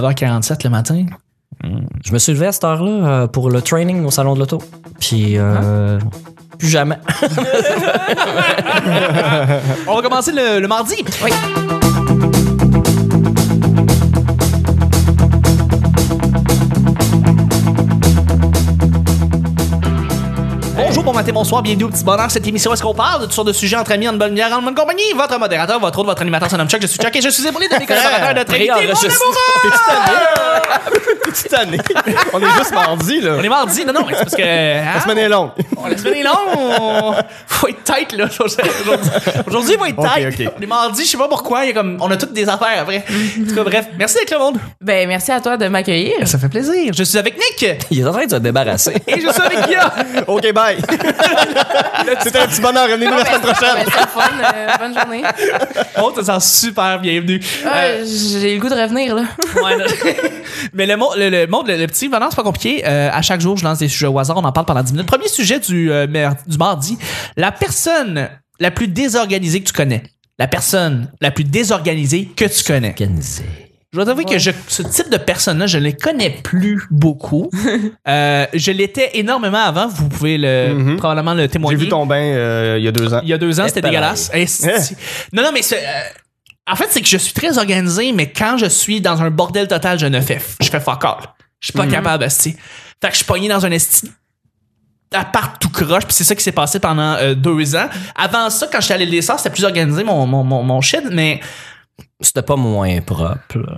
9h47 le matin. Je me suis levé à cette heure-là euh, pour le training au salon de l'auto. Puis, euh, plus jamais. On va commencer le, le mardi. Oui. Bonjour, bon matin, bonsoir, bienvenue au petit bonheur. Cette émission, où est-ce qu'on parle de toutes sortes de sujets entre amis, en bonne lumière, en bonne compagnie? Votre modérateur, votre autre, votre animateur, son nom Chuck, je suis Chuck et je suis épaulé de mes collaborateurs de Prêt à Trinité. enregistrer. Petite année. On est juste mardi, là. On est mardi, non, non, mais c'est parce que. La hein, semaine est longue. on- La semaine est longue. on- Faut être tight, là. aujourd'hui. Aujourd'hui, il faut être Ok, tight. ok. On est mardi, je sais pas pourquoi. Il y a comme, on a toutes des affaires après. En tout cas, bref, merci d'être le monde. Ben, merci à toi de m'accueillir. Eh, Ça fait plaisir. Je suis avec Nick. Et Il est en train de se débarrasser. je suis avec Guilla. OK, bye. C'était un petit bonheur. Revenez-nous la semaine prochaine. Ben, c'est le fun. euh, bonne journée. Oh, tu te sens super bienvenue. Ah, Euh, J'ai le goût de revenir, là. Ouais, non. Mais le, mo- le, le monde, le, le petit venant, c'est pas compliqué. Euh, à chaque jour, je lance des sujets au hasard, on en parle pendant 10 minutes. Premier sujet du, euh, mer- du mardi. La personne la plus désorganisée que tu connais. La personne la plus désorganisée que tu connais. Organisé. Je dois t'avouer que je- ce type de personne-là, je ne les connais plus beaucoup. Euh, je l'étais énormément avant. Vous pouvez le, Mhm. probablement le J'ai témoigner. vu ton bain euh, il y a deux ans. Il y a deux ans, c'était pareil. dégueulasse. Eh, c'est- Eh. c'est- Non, non, mais c'est, euh, en fait, c'est que je suis très organisé, mais quand je suis dans un bordel total, je ne fais, je fais fuck all. Je suis pas Mhm. capable, esti. Fait que je suis pogné dans un esti à part tout croche, puis c'est ça qui s'est passé pendant euh, deux ans. Avant ça, quand j'étais allé les sorts, c'était plus organisé, mon, mon, mon, mon shit, mais C'était pas moins propre. là.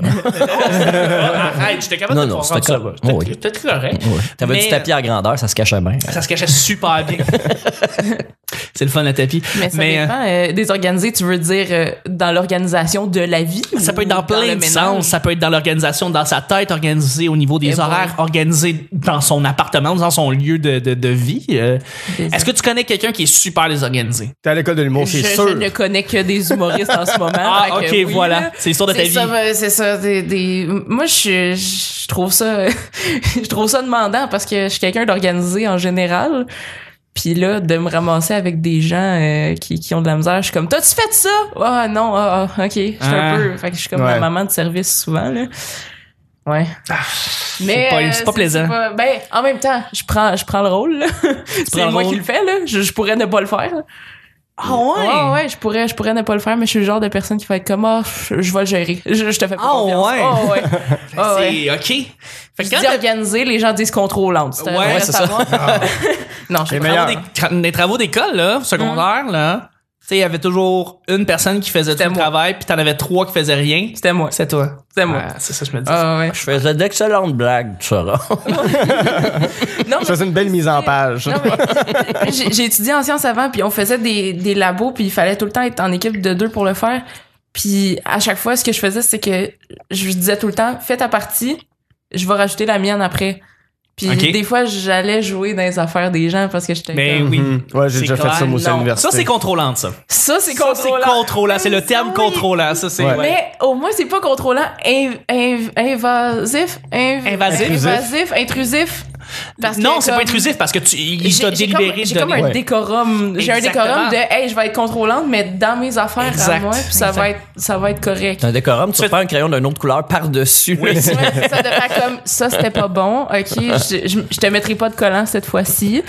arrête, j'étais capable Non, de non, faire c'était ça. correct. J'étais- Oui. j'étais correct. Ouais. T'avais Mais- euh, du tapis à grandeur, ça se cachait bien. Ça se cachait super bien. c'est le fun, le tapis. Mais ça euh, dépend. euh, désorganisé, tu veux dire euh, dans l'organisation de la vie? euh, Ça peut être ou dans plein le de ménage? sens. Ça peut être dans l'organisation, dans sa tête, organisé au niveau des Et horaires, organisé dans son appartement, dans son lieu de, de- de vie. Euh, Est-ce que tu connais quelqu'un qui est super désorganisé? T'es à l'école de l'humour, je, c'est je sûr. ne connais que des humoristes en ce moment. Ah, fait ok, que oui, voilà. là. C'est l'histoire de ta C'est vie. ça, ben, c'est ça. Des, des- Moi, je, je trouve ça, je trouve ça demandant parce que je suis quelqu'un d'organisé en général. Puis là, de me ramasser avec des gens euh, qui, qui ont de la misère, je suis comme, t'as-tu fait ça? Ah non, ah, ah, ok. Je suis Ah. un peu, fait que je suis comme Ouais. la maman de service souvent là. Ouais. Mais pas- euh, Ah, c'est pas plaisant. pas- ben, en même temps, je prends, je prends le rôle. là. prends C'est le moi rôle. qui le fais là. Je, je pourrais ne pas le faire. là. Ah Ouais, ouais, je pourrais, je pourrais ne pas le faire, mais je suis le genre de personne qui va être comme, ah, je, je vais le gérer. Je, je te fais pas Ah, confiance. ouais. Ah, ouais. Ah, ouais. C'est OK. Fait que Je quand dis t'as- organisé, les gens disent contrôlante. C'est un Ouais, vrai c'est savoir. non, je Les sais meilleurs. pas. des, tra- des travaux d'école, là, secondaire, là, tu sais, il y avait toujours une personne qui faisait tout le Mmh. moi. travail, puis t'en avais trois qui faisaient rien. C'était moi. C'est toi. C'était moi. Ah, c'est ça, je me dis. Ah, ouais. Je faisais d'excellentes blagues, tu sauras. Non, Ça, c'est une belle mise en page. Non, mais j'ai j'ai étudié en sciences avant, puis on faisait des, des labos, puis il fallait tout le temps être en équipe de deux pour le faire. Puis à chaque fois, ce que je faisais, c'est que je lui disais tout le temps, fais ta partie, je vais rajouter la mienne après. Puis Ok. des fois, j'allais jouer dans les affaires des gens parce que j'étais Ben comme- oui. Mhm. Ouais, j'ai C'est déjà clair. fait ça, moi, aussi, à Non. l'université. Ça, c'est contrôlant, ça. Ça, c'est Ça, c'est contrôlant. Ah Ben contrôlant. C'est le terme Oui. contrôlant. Ça, c'est. Ouais. ouais. Mais au moins, c'est pas contrôlant. Inv- inv- invasif. inv- Invasif. Invasif. Intrusif. Parce que non, c'est pas comme- intrusif parce que tu, il il J'ai- t'a j'ai délibéré comme- de J'ai comme donner. un Ouais. décorum. J'ai un Exactement. décorum de hey, je vais être contrôlante, mais dans mes affaires Exact. à moi, puis ça va être ça va être correct. T'as un décorum, tu Fais- reprends un crayon d'une autre couleur par-dessus. Ouais, c'est ça de faire comme ça, c'était pas bon. Ok, je, je- je te mettrai pas de collant cette fois-ci.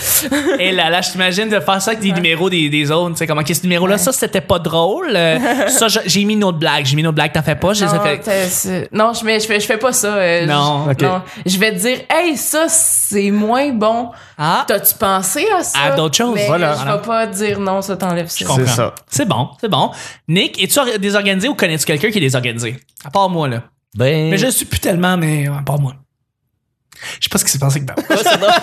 Et là, là, je t'imagine de faire ça avec des numéros des, des autres. Tu sais, comment, qu'est-ce que ce numéro-là, ça, c'était pas drôle. Euh, ça, je- j'ai mis une autre blague. J'ai mis une autre blague, t'en fais pas. Je les ai Non, fait. Ah, t'as- c'est- non, je, mets- je fais, je fais pas ça. euh, Non, je, ok. Je vais te dire, hey, ça, c'est moins bon. Ah, T'as-tu pensé à ça? À d'autres choses. Mais Voilà. Je Voilà. vais pas dire non, ça t'enlève je ça. comprends. ça. C'est bon, c'est bon. Nick, es-tu or- désorganisé ou connais-tu quelqu'un qui est désorganisé? À part moi, là. Ben, Mais je le suis plus tellement, mais euh, à part moi. Je sais pas ce qui s'est passé avec Bab. Ouais, c'est drôle.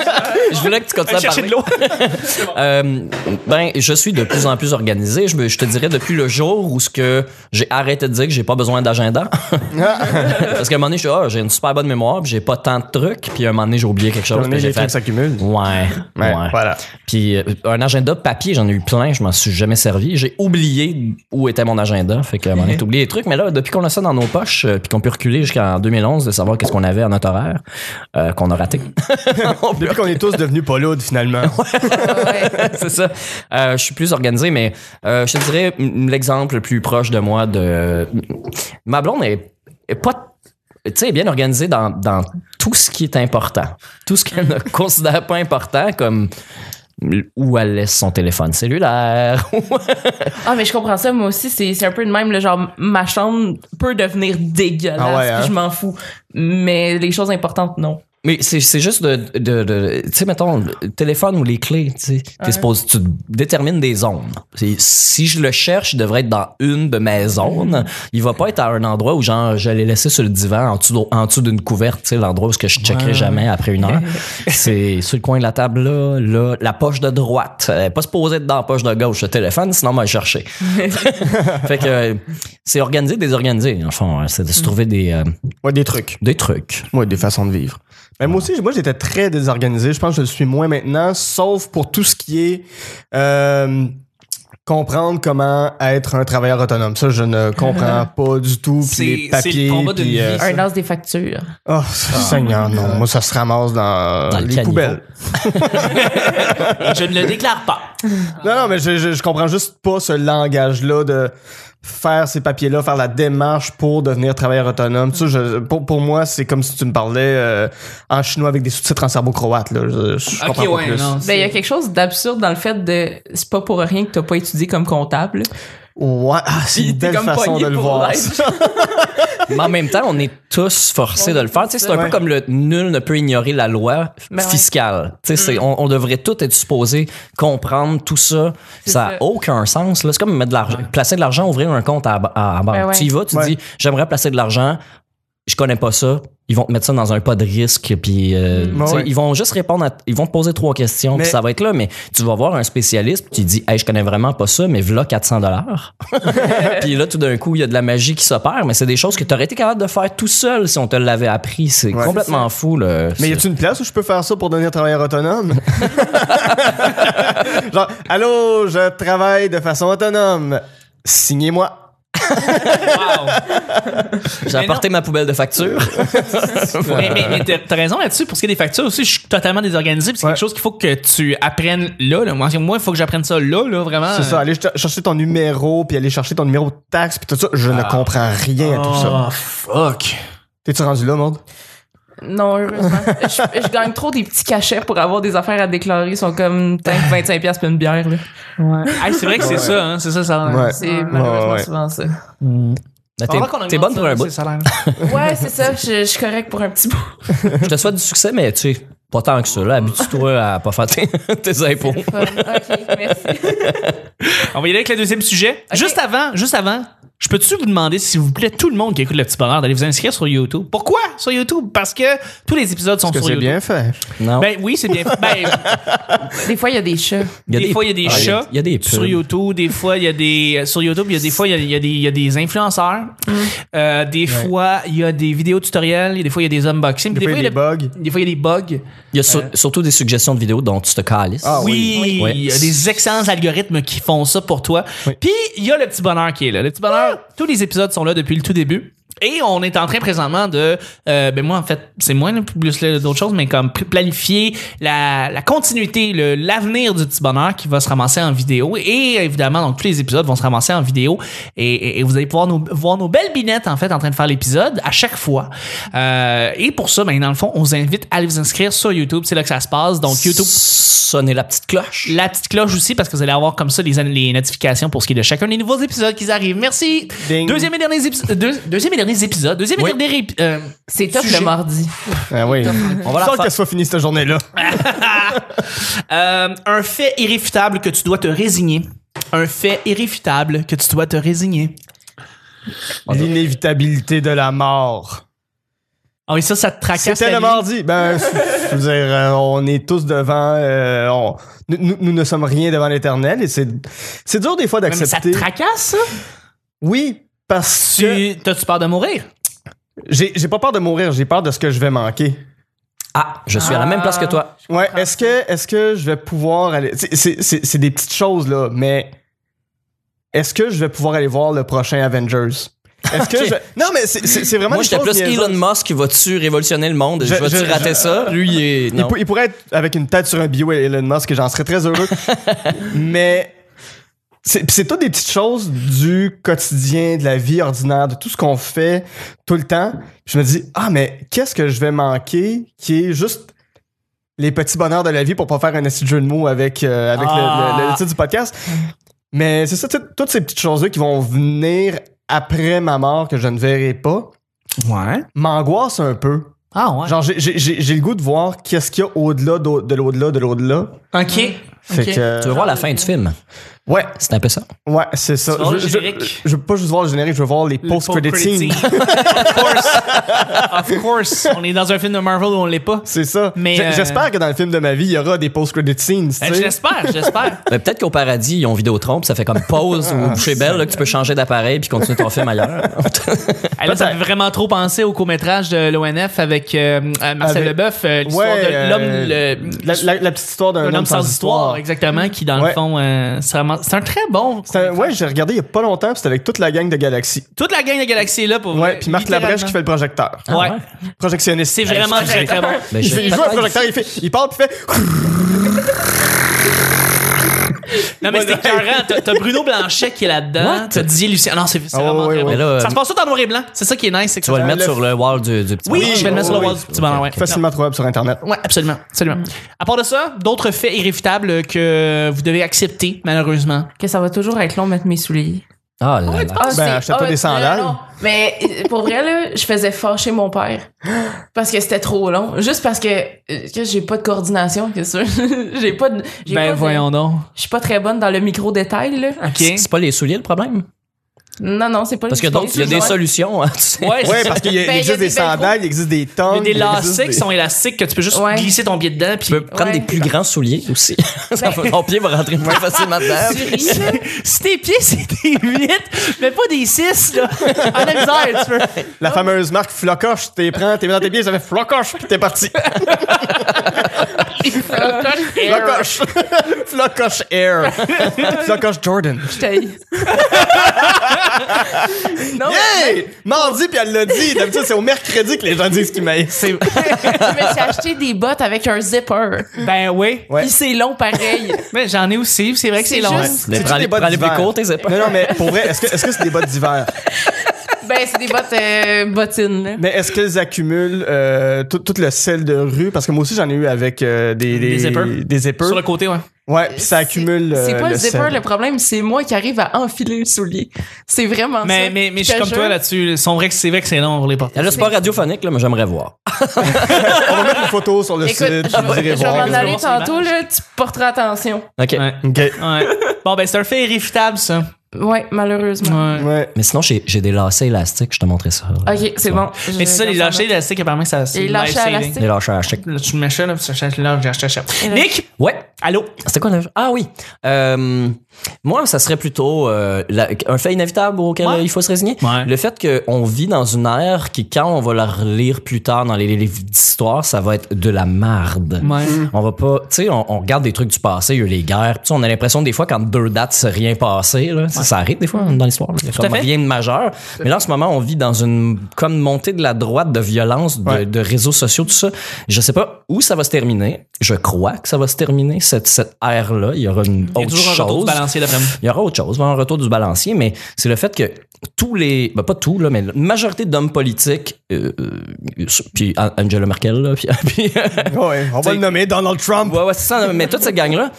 je voulais que tu continues à chercher de parler. l'eau. Euh, ben, je suis de plus en plus organisé. Je, me- je te dirais depuis le jour où ce que j'ai arrêté de dire que j'ai pas besoin d'agenda. Parce qu'à un moment donné, je suis, ah, j'ai une super bonne mémoire, puis j'ai pas tant de trucs, puis à un moment donné, j'ai oublié quelque chose On que est j'ai les trucs fait. s'accumulent. Ouais, ouais. Ouais, Voilà. Puis euh, un agenda papier, j'en ai eu plein, je m'en suis jamais servi. J'ai oublié où était mon agenda, fait que on a oublié les trucs. Mais là, depuis qu'on a ça dans nos poches, euh, puis qu'on peut reculer jusqu'en 2011 de savoir qu'est-ce qu'on avait à notre horaire, euh, qu'on a raté. On peut Depuis qu'on est tous devenus pas lourds, finalement. Ah, Ouais. c'est ça. Euh, je suis plus organisé, mais euh, je te dirais mm, l'exemple le plus proche de moi de. Ma blonde est, est pas. tu sais, bien organisée dans, dans tout ce qui est important. Tout ce qu'elle ne considère pas important, comme où elle laisse son téléphone cellulaire. Ah, mais je comprends ça, moi aussi, c'est c'est un peu de même, le genre, ma chambre peut devenir dégueulasse, Ah ouais, hein? puis je m'en fous. Mais les choses importantes, non. Mais c'est c'est juste de... de, de- tu sais, mettons, le téléphone ou les clés, tu sais. T'es Ouais. supposé- tu détermines des zones. C'est- Si je le cherche, il devrait être dans une de mes zones. Il va pas être à un endroit où, genre, je l'ai laissé sur le divan, en dessous d'au- en dessous d'une couverte, tu sais, l'endroit où ce que je checkerai jamais après une heure. c'est sur le coin de la table, là, là, la poche de droite. Elle est pas supposée être dans la poche de gauche, le téléphone, sinon, on va le chercher. fait que euh, c'est organisé, désorganisé, en fond. hein. C'est de se trouver des, euh, Ouais, des trucs. des trucs. Ouais, des façons de vivre. Mais moi aussi, moi j'étais très désorganisé. Je pense que je le suis moins maintenant, sauf pour tout ce qui est euh, comprendre comment être un travailleur autonome. Ça, je ne comprends pas du tout. Puis C'est- les c'est le papiers, combat d'une puis, vie, Ah. euh, ça. Un as des factures. Oh, Seigneur, non. Moi, ça se ramasse dans, Dans le les caniveau. poubelles. Je ne le déclare pas. Non, non, mais je, je, je comprends juste pas ce langage-là de faire ces papiers-là, faire la démarche pour devenir travailleur autonome. Tu sais, je- pour, pour moi, c'est comme si tu me parlais euh, en chinois avec des sous-titres en cerveau croate. Là. Je, je comprends pas plus. Ben, il y a quelque chose d'absurde dans le fait de c'est pas pour rien que t'as pas étudié comme comptable. Ouais, ah, c'est Puis une t'es belle comme façon pogné de le pour voir. l'être. ça. Mais en même temps, on est tous forcés On de le est faire. tous Tu sais, C'est un ouais. peu comme le nul ne peut ignorer la loi Ben ouais. Mm. fiscale. Tu sais, c'est- On, on devrait tout être supposé comprendre tout ça. C'est Ça ça. n'a aucun sens. là. C'est comme mettre de l'argent, placer de l'argent, ouvrir un compte à, à, à banque. Ben ouais. Tu y vas, tu Ouais. dis j'aimerais placer de l'argent, je connais pas ça. Ils vont te mettre ça dans un pas de risque, puis euh, Mm. tu sais, Ouais. ils vont juste répondre à. Ils vont te poser trois questions, Mais- puis ça va être là. Mais tu vas voir un spécialiste, puis tu dis, hey, je connais vraiment pas ça, mais v'là 400 dollars. Puis là, tout d'un coup, il y a de la magie qui s'opère, mais c'est des choses que tu aurais été capable de faire tout seul si on te l'avait appris. C'est Ouais. complètement fou. Là. Mais y C'est- a-tu une place où je peux faire ça pour devenir travailleur autonome? Genre, allô, je travaille de façon autonome. Signez-moi. J'ai apporté ma poubelle de facture. Mais, mais, mais t'as- t'as raison là-dessus. Pour ce qui est des factures aussi, je suis totalement désorganisé. puis C'est Ouais. quelque chose qu'il faut que tu apprennes là. là. Moi, il faut que j'apprenne ça là, là, vraiment. C'est ça, aller ch- chercher ton numéro, puis aller chercher ton numéro de taxe, puis tout ça. Je ne Ah. comprends rien à tout ça. Oh, fuck. T'es-tu rendu là, Maud? Non, heureusement. je, je gagne trop des petits cachets pour avoir des affaires à déclarer. Ils sont comme tant que 25$ piastres pour une bière. Là. Hey, c'est vrai que c'est ça, hein. C'est ça, ça. Ouais. C'est malheureusement ouais. souvent ça. Mais Faudra qu'on T'es t'es augmente ça, bonne pour un là, bout. ces salaires. Ouais, c'est ça. Je, je suis correct pour un petit bout. Je te souhaite du succès, mais tu sais, pas tant que ça. là. Habitue-toi à pas faire tes, tes impôts. Fun. Ok, merci. On va y aller avec le deuxième sujet. Juste avant, juste avant, je peux-tu vous demander, s'il vous plaît, tout le monde qui écoute le petit bonheur, d'aller vous inscrire sur YouTube? Pourquoi sur YouTube? Parce que tous les épisodes sont Est-ce que sur c'est YouTube. bien fait? Non. Ben oui, c'est bien. Ben, Des fois, il y a des chats. des, fois, il y a des Ah, chats Il y a des pubs. sur YouTube. Des fois, il y a des. euh, Sur YouTube, il y a des fois, il y a, il y a des, il y a des influenceurs. Euh, des fois, il y a des vidéos tutoriels. Il y a Des fois, il y a des unboxings. Des puis fois, il y a des bugs. Des fois, il y a des bugs. Il y a sur- surtout des suggestions de vidéos dont tu te calisses. Ah oui, oui. il y a des excellents algorithmes qui font ça pour toi. Puis, il y a le petit bonheur qui est là. Le petit bonheur, tous les épisodes sont là depuis le tout début. Et on est en train présentement de, euh, ben moi en fait, c'est moins là, plus là, d'autres choses, mais comme pl- planifier la, la continuité, le- l'avenir du petit bonheur qui va se ramasser en vidéo. Et évidemment, donc tous les épisodes vont se ramasser en vidéo. Et, et- et vous allez pouvoir nous, voir nos belles binettes en fait en train de faire l'épisode à chaque fois. Euh, et pour ça, ben dans le fond, on vous invite à aller vous inscrire sur YouTube. C'est là que ça se passe. Donc YouTube Sonner la petite cloche. la petite cloche aussi parce que vous allez avoir comme ça les, les notifications pour ce qui est de chacun des nouveaux épisodes qui arrivent. Merci. Ding. Deuxième et dernier épisode. deuxième et dernier épisode. Deuxième Oui. et dernier épi- euh, C'est top Sujet. le mardi. Ah oui. On On va va la refaire. qu'elle soit finie cette journée-là. euh, un fait irréfutable que tu dois te résigner. Un fait irréfutable que tu dois te résigner. L'inévitabilité de la mort. Ah oui, ça, ça te tracasse. C'était la le vie. mardi. Ben, je veux dire, euh, on est tous devant. euh, on- nous, nous- nous ne sommes rien devant l'éternel et c'est c'est dur des fois Ouais, Mais ça te d'accepter. tracasse, ça? Oui, parce que Tu, t'as-tu peur de mourir? j'ai j'ai pas peur de mourir, j'ai peur de ce que je vais manquer. Ah, je suis à la même place que Ah. toi. Ouais, est-ce que est-ce que je vais pouvoir aller c'est- c'est- C'est c'est des petites choses là, mais est-ce que je vais pouvoir aller voir le prochain Avengers Est-ce que Ok. je Non, mais c'est- c'est c'est vraiment Moi, des j'étais choses plus niaiseuses. Elon Musk qui va-tu révolutionner le monde? Je, Je- vais-tu je- rater je- ça? Lui, il est. Il, non. pour- il pourrait être avec une tête sur un bio Elon Musk et j'en serais très heureux. mais C'est pis c'est toutes des petites choses du quotidien, de la vie ordinaire, de tout ce qu'on fait tout le temps. Puis je me dis, ah, mais qu'est-ce que je vais manquer qui est juste les petits bonheurs de la vie pour pas faire un esti de jeu de mots avec, euh, avec le- Ah. le, le titre du podcast. Mais c'est ça, tu sais, toutes ces petites choses-là qui vont venir après ma mort que je ne verrai pas, Ouais. m'angoissent un peu. Ah ouais. Genre, j'ai- j'ai j'ai- j'ai le goût de voir qu'est-ce qu'il y a au-delà d'au- de l'au-delà de l'au-delà. OK. Fait Ok. que- Tu veux voir la fin du film? Ouais, C'est un peu ça. ouais, c'est ça. Tu veux voir le Je- je, générique? je veux pas juste voir le générique, je veux voir les post-credit scenes. of course. Of course. On est dans un film de Marvel où on l'est pas. C'est ça. Mais, J'ai- euh, J'espère que dans le film de ma vie, il y aura des post-credit scenes. tu Eh, sais. J'espère, j'espère. Mais Ben, peut-être qu'au paradis, ils ont Vidéotron, puis ça fait comme pause Ah, ou chez Belle, là, que tu peux changer d'appareil puis continuer ton film ailleurs. Ben, Eh, Là, ça fait vraiment trop penser au court-métrage de l'ONF avec euh, euh, Marcel Avec- Leboeuf, euh, l'histoire Ouais, de euh, l'homme... le- la, la- la petite histoire d'un Un homme sans histoire, exactement, qui dans le Ouais. fond, euh, c'est vraiment- c'est un très bon. C'est un- ouais, j'ai regardé il y a pas longtemps, puis c'était avec toute la gang de Galaxy. Toute la gang de Galaxy est là pour. Ouais, puis Marc Labrèche qui fait le projecteur. Ouais, Ah ouais? Projectionniste. c'est vraiment très très bon. Ben, Il, je- fait- il joue un peut-être- projecteur, il fait, il parle, puis il fait. Non mais c'est écœurant. T'as- T'as Bruno Blanchet qui est là-dedans. What? T'as Didier Lucien. Ah Non, c'est c'est Ah ouais, vraiment ouais, très ouais. bon. Mais là, euh, Ça se passe tout en noir et blanc. C'est ça qui est nice. c'est que Tu vas ça- le mettre le- sur le wall du, du petit Oui, bonheur. je vais le mettre sur le wall du petit bonheur. ouais. Facilement trouvable sur Internet. Ouais, absolument, Mm. absolument. À part de ça, d'autres faits irréfutables que vous devez accepter, malheureusement. Que ça va toujours être long de mettre mes souliers. Ah là là. Ah, c'est- achète-toi ah, des sandales. non, non. Mais euh, pour vrai, là, je faisais fâcher mon père. Parce que c'était trop long. Juste parce que, euh, que j'ai pas de coordination, que ça. j'ai pas de. j'ai pas Ah, Ben de- voyons donc. Je suis pas très bonne dans le micro-détail, là. Ok. C'est c'est pas les souliers le problème? Non, non, c'est pas Parce que le donc, il y a des solutions. hein, tu sais. Ouais, Ouais, c'est ça. parce qu'il y a- il Ben, il y a existe des des velcro. sandales, il existe des Il y tongs. a des lacets existe qui sont élastiques que tu peux juste Ouais. glisser ton pied dedans. Puis Tu peux prendre Ouais. des plus grands souliers aussi. ça Ben. va, ton pied va rentrer plus facilement dedans. si tes pieds, c'est des 8, mais pas des 6, là. En la misère, tu peux. La fameuse marque Flocoche, t'es prends, t'es mis dans tes pieds, ça fait Flocoche, puis t'es parti. Euh, Flocoche. Flocoche Air. Flocoche Jordan. non, Hey! Mardi, puis elle l'a dit. D'habitude, c'est au mercredi que les gens disent qu'ils m'aiment. C'est... mais j'ai acheté des bottes avec un zipper. Ben oui. Ouais. Puis c'est long pareil. Mais j'en ai aussi, c'est vrai que c'est, C'est long. juste- Mais C'est-tu prends des les, bottes prends les plus d'hiver? courts, t'es pas. Non, non, mais pour vrai, est-ce que est-ce que c'est des bottes d'hiver? ben, c'est des bottes euh, bottines, là. Mais est-ce qu'elles accumulent euh, tout, tout le sel de rue? Parce que moi aussi, j'en ai eu avec euh, des, Des zippers. Des zippers. Sur le côté, ouais. Ouais, puis ça accumule. C'est euh, pas le zipper sel. le problème, c'est moi qui arrive à enfiler le soulier. C'est vraiment Mais, ça. mais, mais je te suis comme toi jure. là-dessus. Sont vrai que c'est vrai que c'est long pour les porter. Là, c'est pas radiophonique, là, mais j'aimerais voir. On va mettre une photo sur le Écoute, site. je vous irez vais je vais voir. m'en aller Je vais voir tantôt, là, tu porteras attention. OK. Ouais. OK. Ouais. Bon, ben, c'est un fait irréfutable, ça. Ouais, malheureusement. Ouais. Ouais. Mais sinon, j'ai j'ai des lacets élastiques, je te montrais ça. Ah, là. Ok, c'est bon. je- Mais c'est ça, les je vais lâchers élastiques, apparemment, ça. c'est Les lâchers life-saving. élastiques. Des lâchers élastiques. Là, tu me mets ça, là, puis ça, ça, là, j'achète ça. Et là- Nick! Ouais. Allô? C'était quoi la... Ah oui. Euh, moi, ça serait plutôt euh, la- un fait inévitable auquel euh, Ouais. il faut se résigner. Ouais. Le fait qu'on vit dans une ère qui, quand on va la relire plus tard dans les livres d'histoire, ça va être de la marde. Ouais. On va pas, tu sais, on, on regarde des trucs du passé, il y a eu les guerres, puis tu sais, on a l'impression des fois quand deux dates c'est rien passé, là, ça, ça arrive des fois hein, dans l'histoire, là. Il y a comme fait. rien de majeur. Mais là en ce moment, on vit dans une comme montée de la droite de violence, de, Ouais. de réseaux sociaux, tout ça. Je sais pas où ça va se terminer. Je crois que ça va se terminer cette cette ère là. Il y aura une Il y a autre toujours un retour chose. du balancier d'après-midi. Il y aura autre chose, il va y avoir un retour du balancier, mais c'est le fait que tous les, ben pas tous, là, mais la majorité d'hommes politiques, euh, euh, puis Angela Merkel, là, puis- puis Ouais, on va le nommer Donald Trump. Ouais, ouais, c'est ça. Mais toute cette gang-là,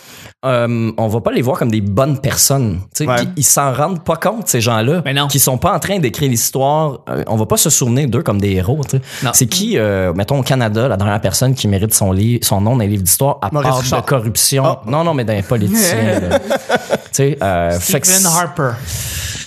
euh, on va pas les voir comme des bonnes personnes. tu sais. Ouais. Puis Ils s'en rendent pas compte, ces gens-là, Mais non. qui sont pas en train d'écrire l'histoire. Euh, on va pas se souvenir d'eux comme des héros. tu sais. Non. C'est qui, euh, mettons, au Canada, la dernière personne qui mérite son, li- son nom dans les livres d'histoire, à Maurice part Richard. de corruption? Ah. Non, non, mais d'un politicien. là. Tu sais, euh, fait que Stephen c'est- Harper.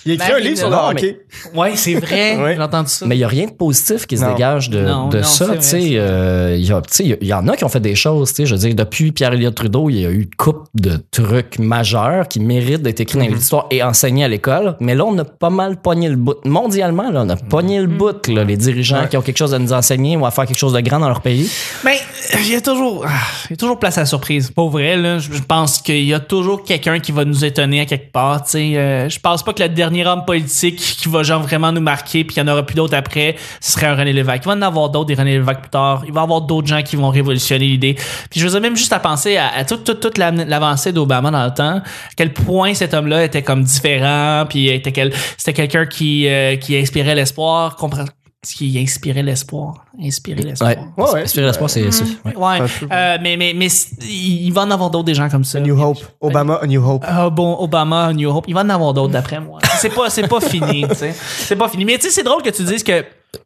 Il a Ben, écrit un livre sur le Non, hockey. Ouais, c'est vrai. Ouais. J'ai entendu ça. Mais il n'y a rien de positif qui se Non. dégage de, Non, de non, c'est ça. vrai, tu sais. Euh, Il y, a- tu sais, il y en a qui ont fait des choses. tu sais. Je veux dire, depuis Pierre-Éliott Trudeau, il y a eu une couple de trucs majeurs qui méritent d'être écrits dans les histoires et enseignés à l'école. Mais là, on a pas mal pogné le bout. Mondialement, Mhm. là, on a pogné le bout. là, les dirigeants qui ont quelque chose à nous enseigner ou à faire quelque chose de grand dans leur pays. Mais il y a toujours, ah, il y a toujours place à la surprise. Pour vrai, là, je, je pense qu'il y a toujours quelqu'un qui va nous étonner à quelque part. tu sais. Euh, je pense pas que le dernier homme politique qui va genre vraiment nous marquer, puis il y en aura plus d'autres après, ce serait un René Lévesque. Il va en avoir d'autres, des René Lévesque plus tard. Il va y avoir d'autres gens qui vont révolutionner l'idée. Puis je vous ai même juste à penser à, à toute, toute, toute la- l'avancée d'Obama dans le temps, à quel point cet homme-là était comme différent, puis était quel, c'était quelqu'un qui, euh, qui inspirait l'espoir, comprend- qui inspirait l'espoir, inspirait l'espoir. Ouais. Ouais, ouais. Inspirer l'espoir, c'est. Mhm. c'est- ouais. Ouais, Ça se peut. euh, mais, mais, mais c- il va en avoir d'autres des gens comme ça. A New Hope. Obama, A New Hope. Ah, bon, Obama, New Hope, il va en avoir d'autres d'après moi. C'est pas, c'est pas fini, tu sais. C'est pas fini. Mais tu sais, c'est drôle que tu dises que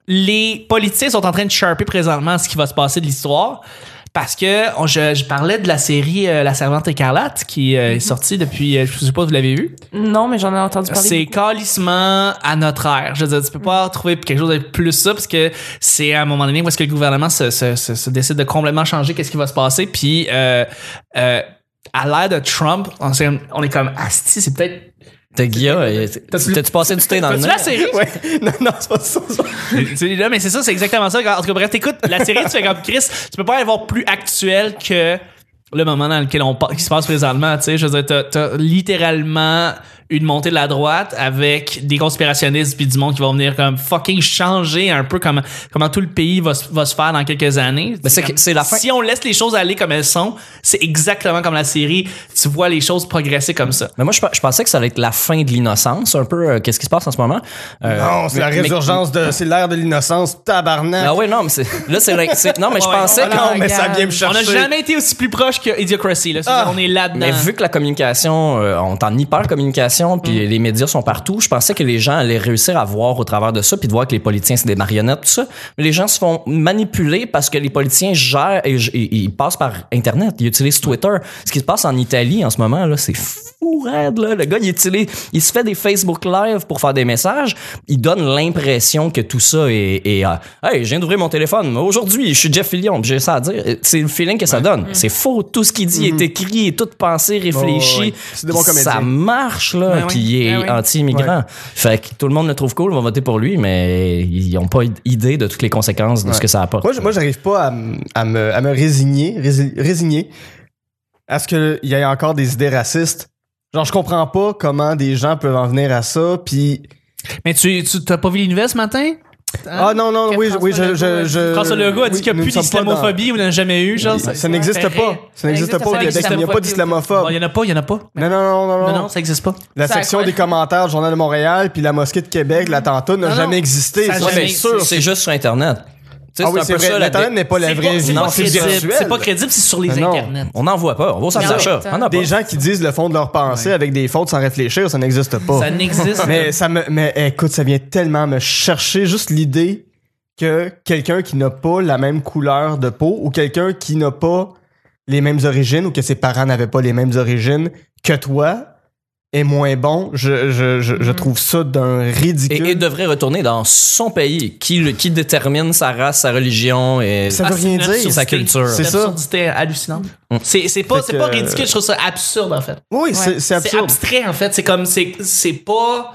les politiciens sont en train de sharper présentement ce qui va se passer de l'histoire. Parce que on- je, je parlais de la série euh, La Servante écarlate qui Mm-hmm. euh, est sortie depuis, euh, je sais pas, vous l'avez vu. Non, mais j'en ai entendu parler. C'est calissement à notre ère. Je veux dire, tu peux pas trouver quelque chose de plus ça parce que c'est à un moment donné où est-ce que le gouvernement se, se- se- se décide de complètement changer qu'est-ce qui va se passer. Puis euh, euh, à l'ère de Trump, on, s'est- on est comme asti, c'est peut-être. T'as Guilla, euh, T'as-tu- t'as-tu passé du thé dans le T'as-tu nez? la série? Ouais. Non, non, c'est pas ça. ça. C'est- là, mais c'est ça, c'est exactement ça. En tout cas, bref, t'écoutes la série, tu fais comme Chris, tu peux pas avoir plus actuel que le moment dans lequel on pa- qui se passe présentement, tu sais, je veux dire, t'as- t'as littéralement une montée de la droite avec des conspirationnistes puis du monde qui vont venir comme fucking changer un peu comme comment tout le pays va, se- va se faire dans quelques années. Ben, c'est que- c'est la fin. Si on laisse les choses aller comme elles sont, c'est exactement comme la série, tu vois les choses progresser comme ça. Mais moi, je, pe- je pensais que ça allait être la fin de l'innocence, un peu. euh, Qu'est-ce qui se passe en ce moment? Euh, Ah, Non, c'est la mais- résurgence de. C'est l'ère de l'innocence, tabarnak. Ah oui, non, mais c'est. Là, c'est. vrai que c'est- Non, mais je Ouais. pensais Ah que. non, mais ça Regarde. vient me On n'a chercher. jamais été aussi plus proche que Idiocracy, là. Ah. on est là-dedans. Mais vu que la communication, euh, on est en hyper-communication, puis les médias sont partout, je pensais que les gens allaient réussir à voir au travers de ça, puis de voir que les politiciens, c'est des marionnettes, tout ça. Mais les gens se font manipuler parce que les politiciens gèrent et, g- et- et ils passent par Internet, ils utilisent Twitter. Ce qui se passe en Italie en ce moment, là, c'est fou raide, là. Le gars, il, utilise, il se fait des Facebook Live pour faire des messages. Il donne l'impression que tout ça est... est, euh, hey, je viens d'ouvrir mon téléphone. Aujourd'hui, je suis Jeff Fillion, puis j'ai ça à dire. Euh, C'est le feeling que ça donne. C'est faux. Tout ce qu'il dit est écrit, est toute pensée, réfléchie. Mm-hmm. Oh, ouais. C'est des bons Puis Ça comédiens. marche, là. Ben oui. Puis il est Ben oui. anti-immigrant. Fait que tout le monde le trouve cool, on va voter pour lui, mais ils n'ont pas idée de toutes les conséquences de ce que ça apporte. Moi, je- moi j'arrive pas à, m- à me, à me résigner, rési- résigner à ce qu'il y ait encore des idées racistes. Genre, je comprends pas comment des gens peuvent en venir à ça, puis... Mais tu, tu t'as pas vu les nouvelles ce matin? Ah non, non, que oui, François oui, je... Legault a je, dit- je Euh, François Hein? Legault a dit oui, qu'il n'y nous a plus ne sommes pas dans- d'islamophobie, on n'a jamais eu, genre. Ça, c'est- n'existe pas. Ça n'existe existe pas au pas, Québec. Il n'y a pas Bon, l'islamophobie. d'islamophobes. Il n'y en a pas, il n'y en a pas. Non, non, non, non, Non, non. non, ça n'existe pas. La Ça section accroche. des commentaires du Journal de Montréal puis la mosquée de Québec, la tantôt n'a Non, jamais non. existé. Ça a Ça, Ouais, jamais mais c'est sûr. c'est juste sur Internet. Tu sais, Ah oui, un c'est peu vrai. ça, la L'internet dé- n'est pas la C'est vraie pas- vie. C'est pas c'est crédible. virtuel. C'est pas crédible, c'est sur les Mais non. internets. On n'en voit pas. On va sur Mais en Sacha. même temps, On n'en a Des pas. gens qui disent le fond de leur pensée avec des fautes sans réfléchir, ça n'existe pas. Ça n'existe Oh. Mais ça me, mais écoute, ça vient tellement me chercher juste l'idée que quelqu'un qui n'a pas la même couleur de peau ou quelqu'un qui n'a pas les mêmes origines ou que ses parents n'avaient pas les mêmes origines que toi est moins bon. Je, je, je, je trouve ça d'un Et, ridicule. et devrait retourner dans son pays, qui, le- qui détermine sa race, sa religion et Ah, Ah, Ça veut rien dire. sur sa culture. C'est C'est une ça. absurdité hallucinante. Mm. C'est c'est pas, Fait c'est pas que- ridicule, je trouve ça absurde en fait. Oui, c'est c'est C'est absurde. abstrait en fait. C'est comme, c'est c'est pas.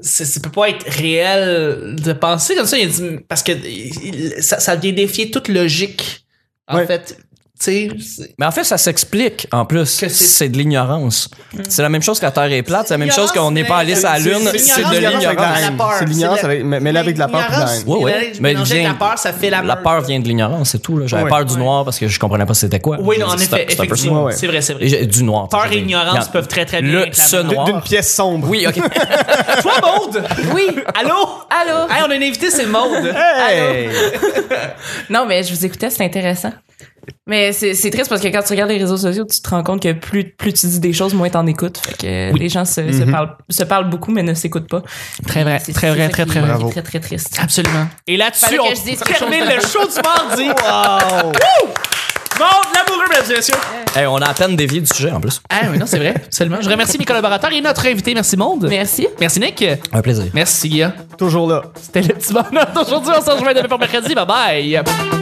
c'est- Ça peut pas être réel de penser comme ça. Il dit- parce que il- ça, ça vient défier toute logique. En Ouais. fait, tu sais. c'est- Mais en fait, ça s'explique en plus. Que c'est- Mm. C'est de l'ignorance. C'est la même chose que la Terre est plate, c'est la même L'ignorance, chose qu'on n'est pas allé mais- sur la c'est- Lune, c'est c'est l'ignorance de avec la l'ignorance. haine. peur. C'est l'ignorance C'est la- avec, mais, mais là, avec de la peur puis de la haine. Oui, oui. Mélanger Mais avec vient- la peur, ça fait la La peur. peur vient de l'ignorance, c'est tout. là. J'avais Ouais. peur du Ouais. noir parce que je comprenais pas c'était quoi. Oui, non, J'ai en dit, c'est un- effet, c'est un peu ça. effectivement. Ouais. C'est vrai, c'est vrai. Et j'ai- Du noir. Peur j'ai et dit. ignorance Il y a- peuvent très, très bien Le être la ce même. noir. D'une pièce sombre. Oui, ok. Toi, Maude! Oui. Allô? Allô? Hey, on a une invitée, c'est Maude. Hey! Non, mais je vous écoutais, c'est intéressant. Mais c'est c'est triste parce que quand tu regardes les réseaux sociaux, tu te rends compte que plus, plus tu dis des choses, moins t'en écoutes. Fait que les gens se, se, parlent, se parlent beaucoup, mais ne s'écoutent pas. Très vrai, C'est- Mm-hmm. très c'est vrai, ça très, qui très est vrai. Bravo. Très, très triste. Absolument. Et là-dessus, Fallait que on je dise quelque termine chose. le show du mardi. Wow! Maude, l'amoureux, mesdames et messieurs. Hey, on a à peine dévié du sujet en plus. Ah oui, non, c'est vrai, absolument. Je remercie mes collaborateurs et notre invité. Merci, Maude. Merci. Merci, Nick. Un plaisir. Merci, Guilla. Toujours là. C'était le petit bonheur d'aujourd'hui. On se rejoint demain pour mercredi. Bye-bye.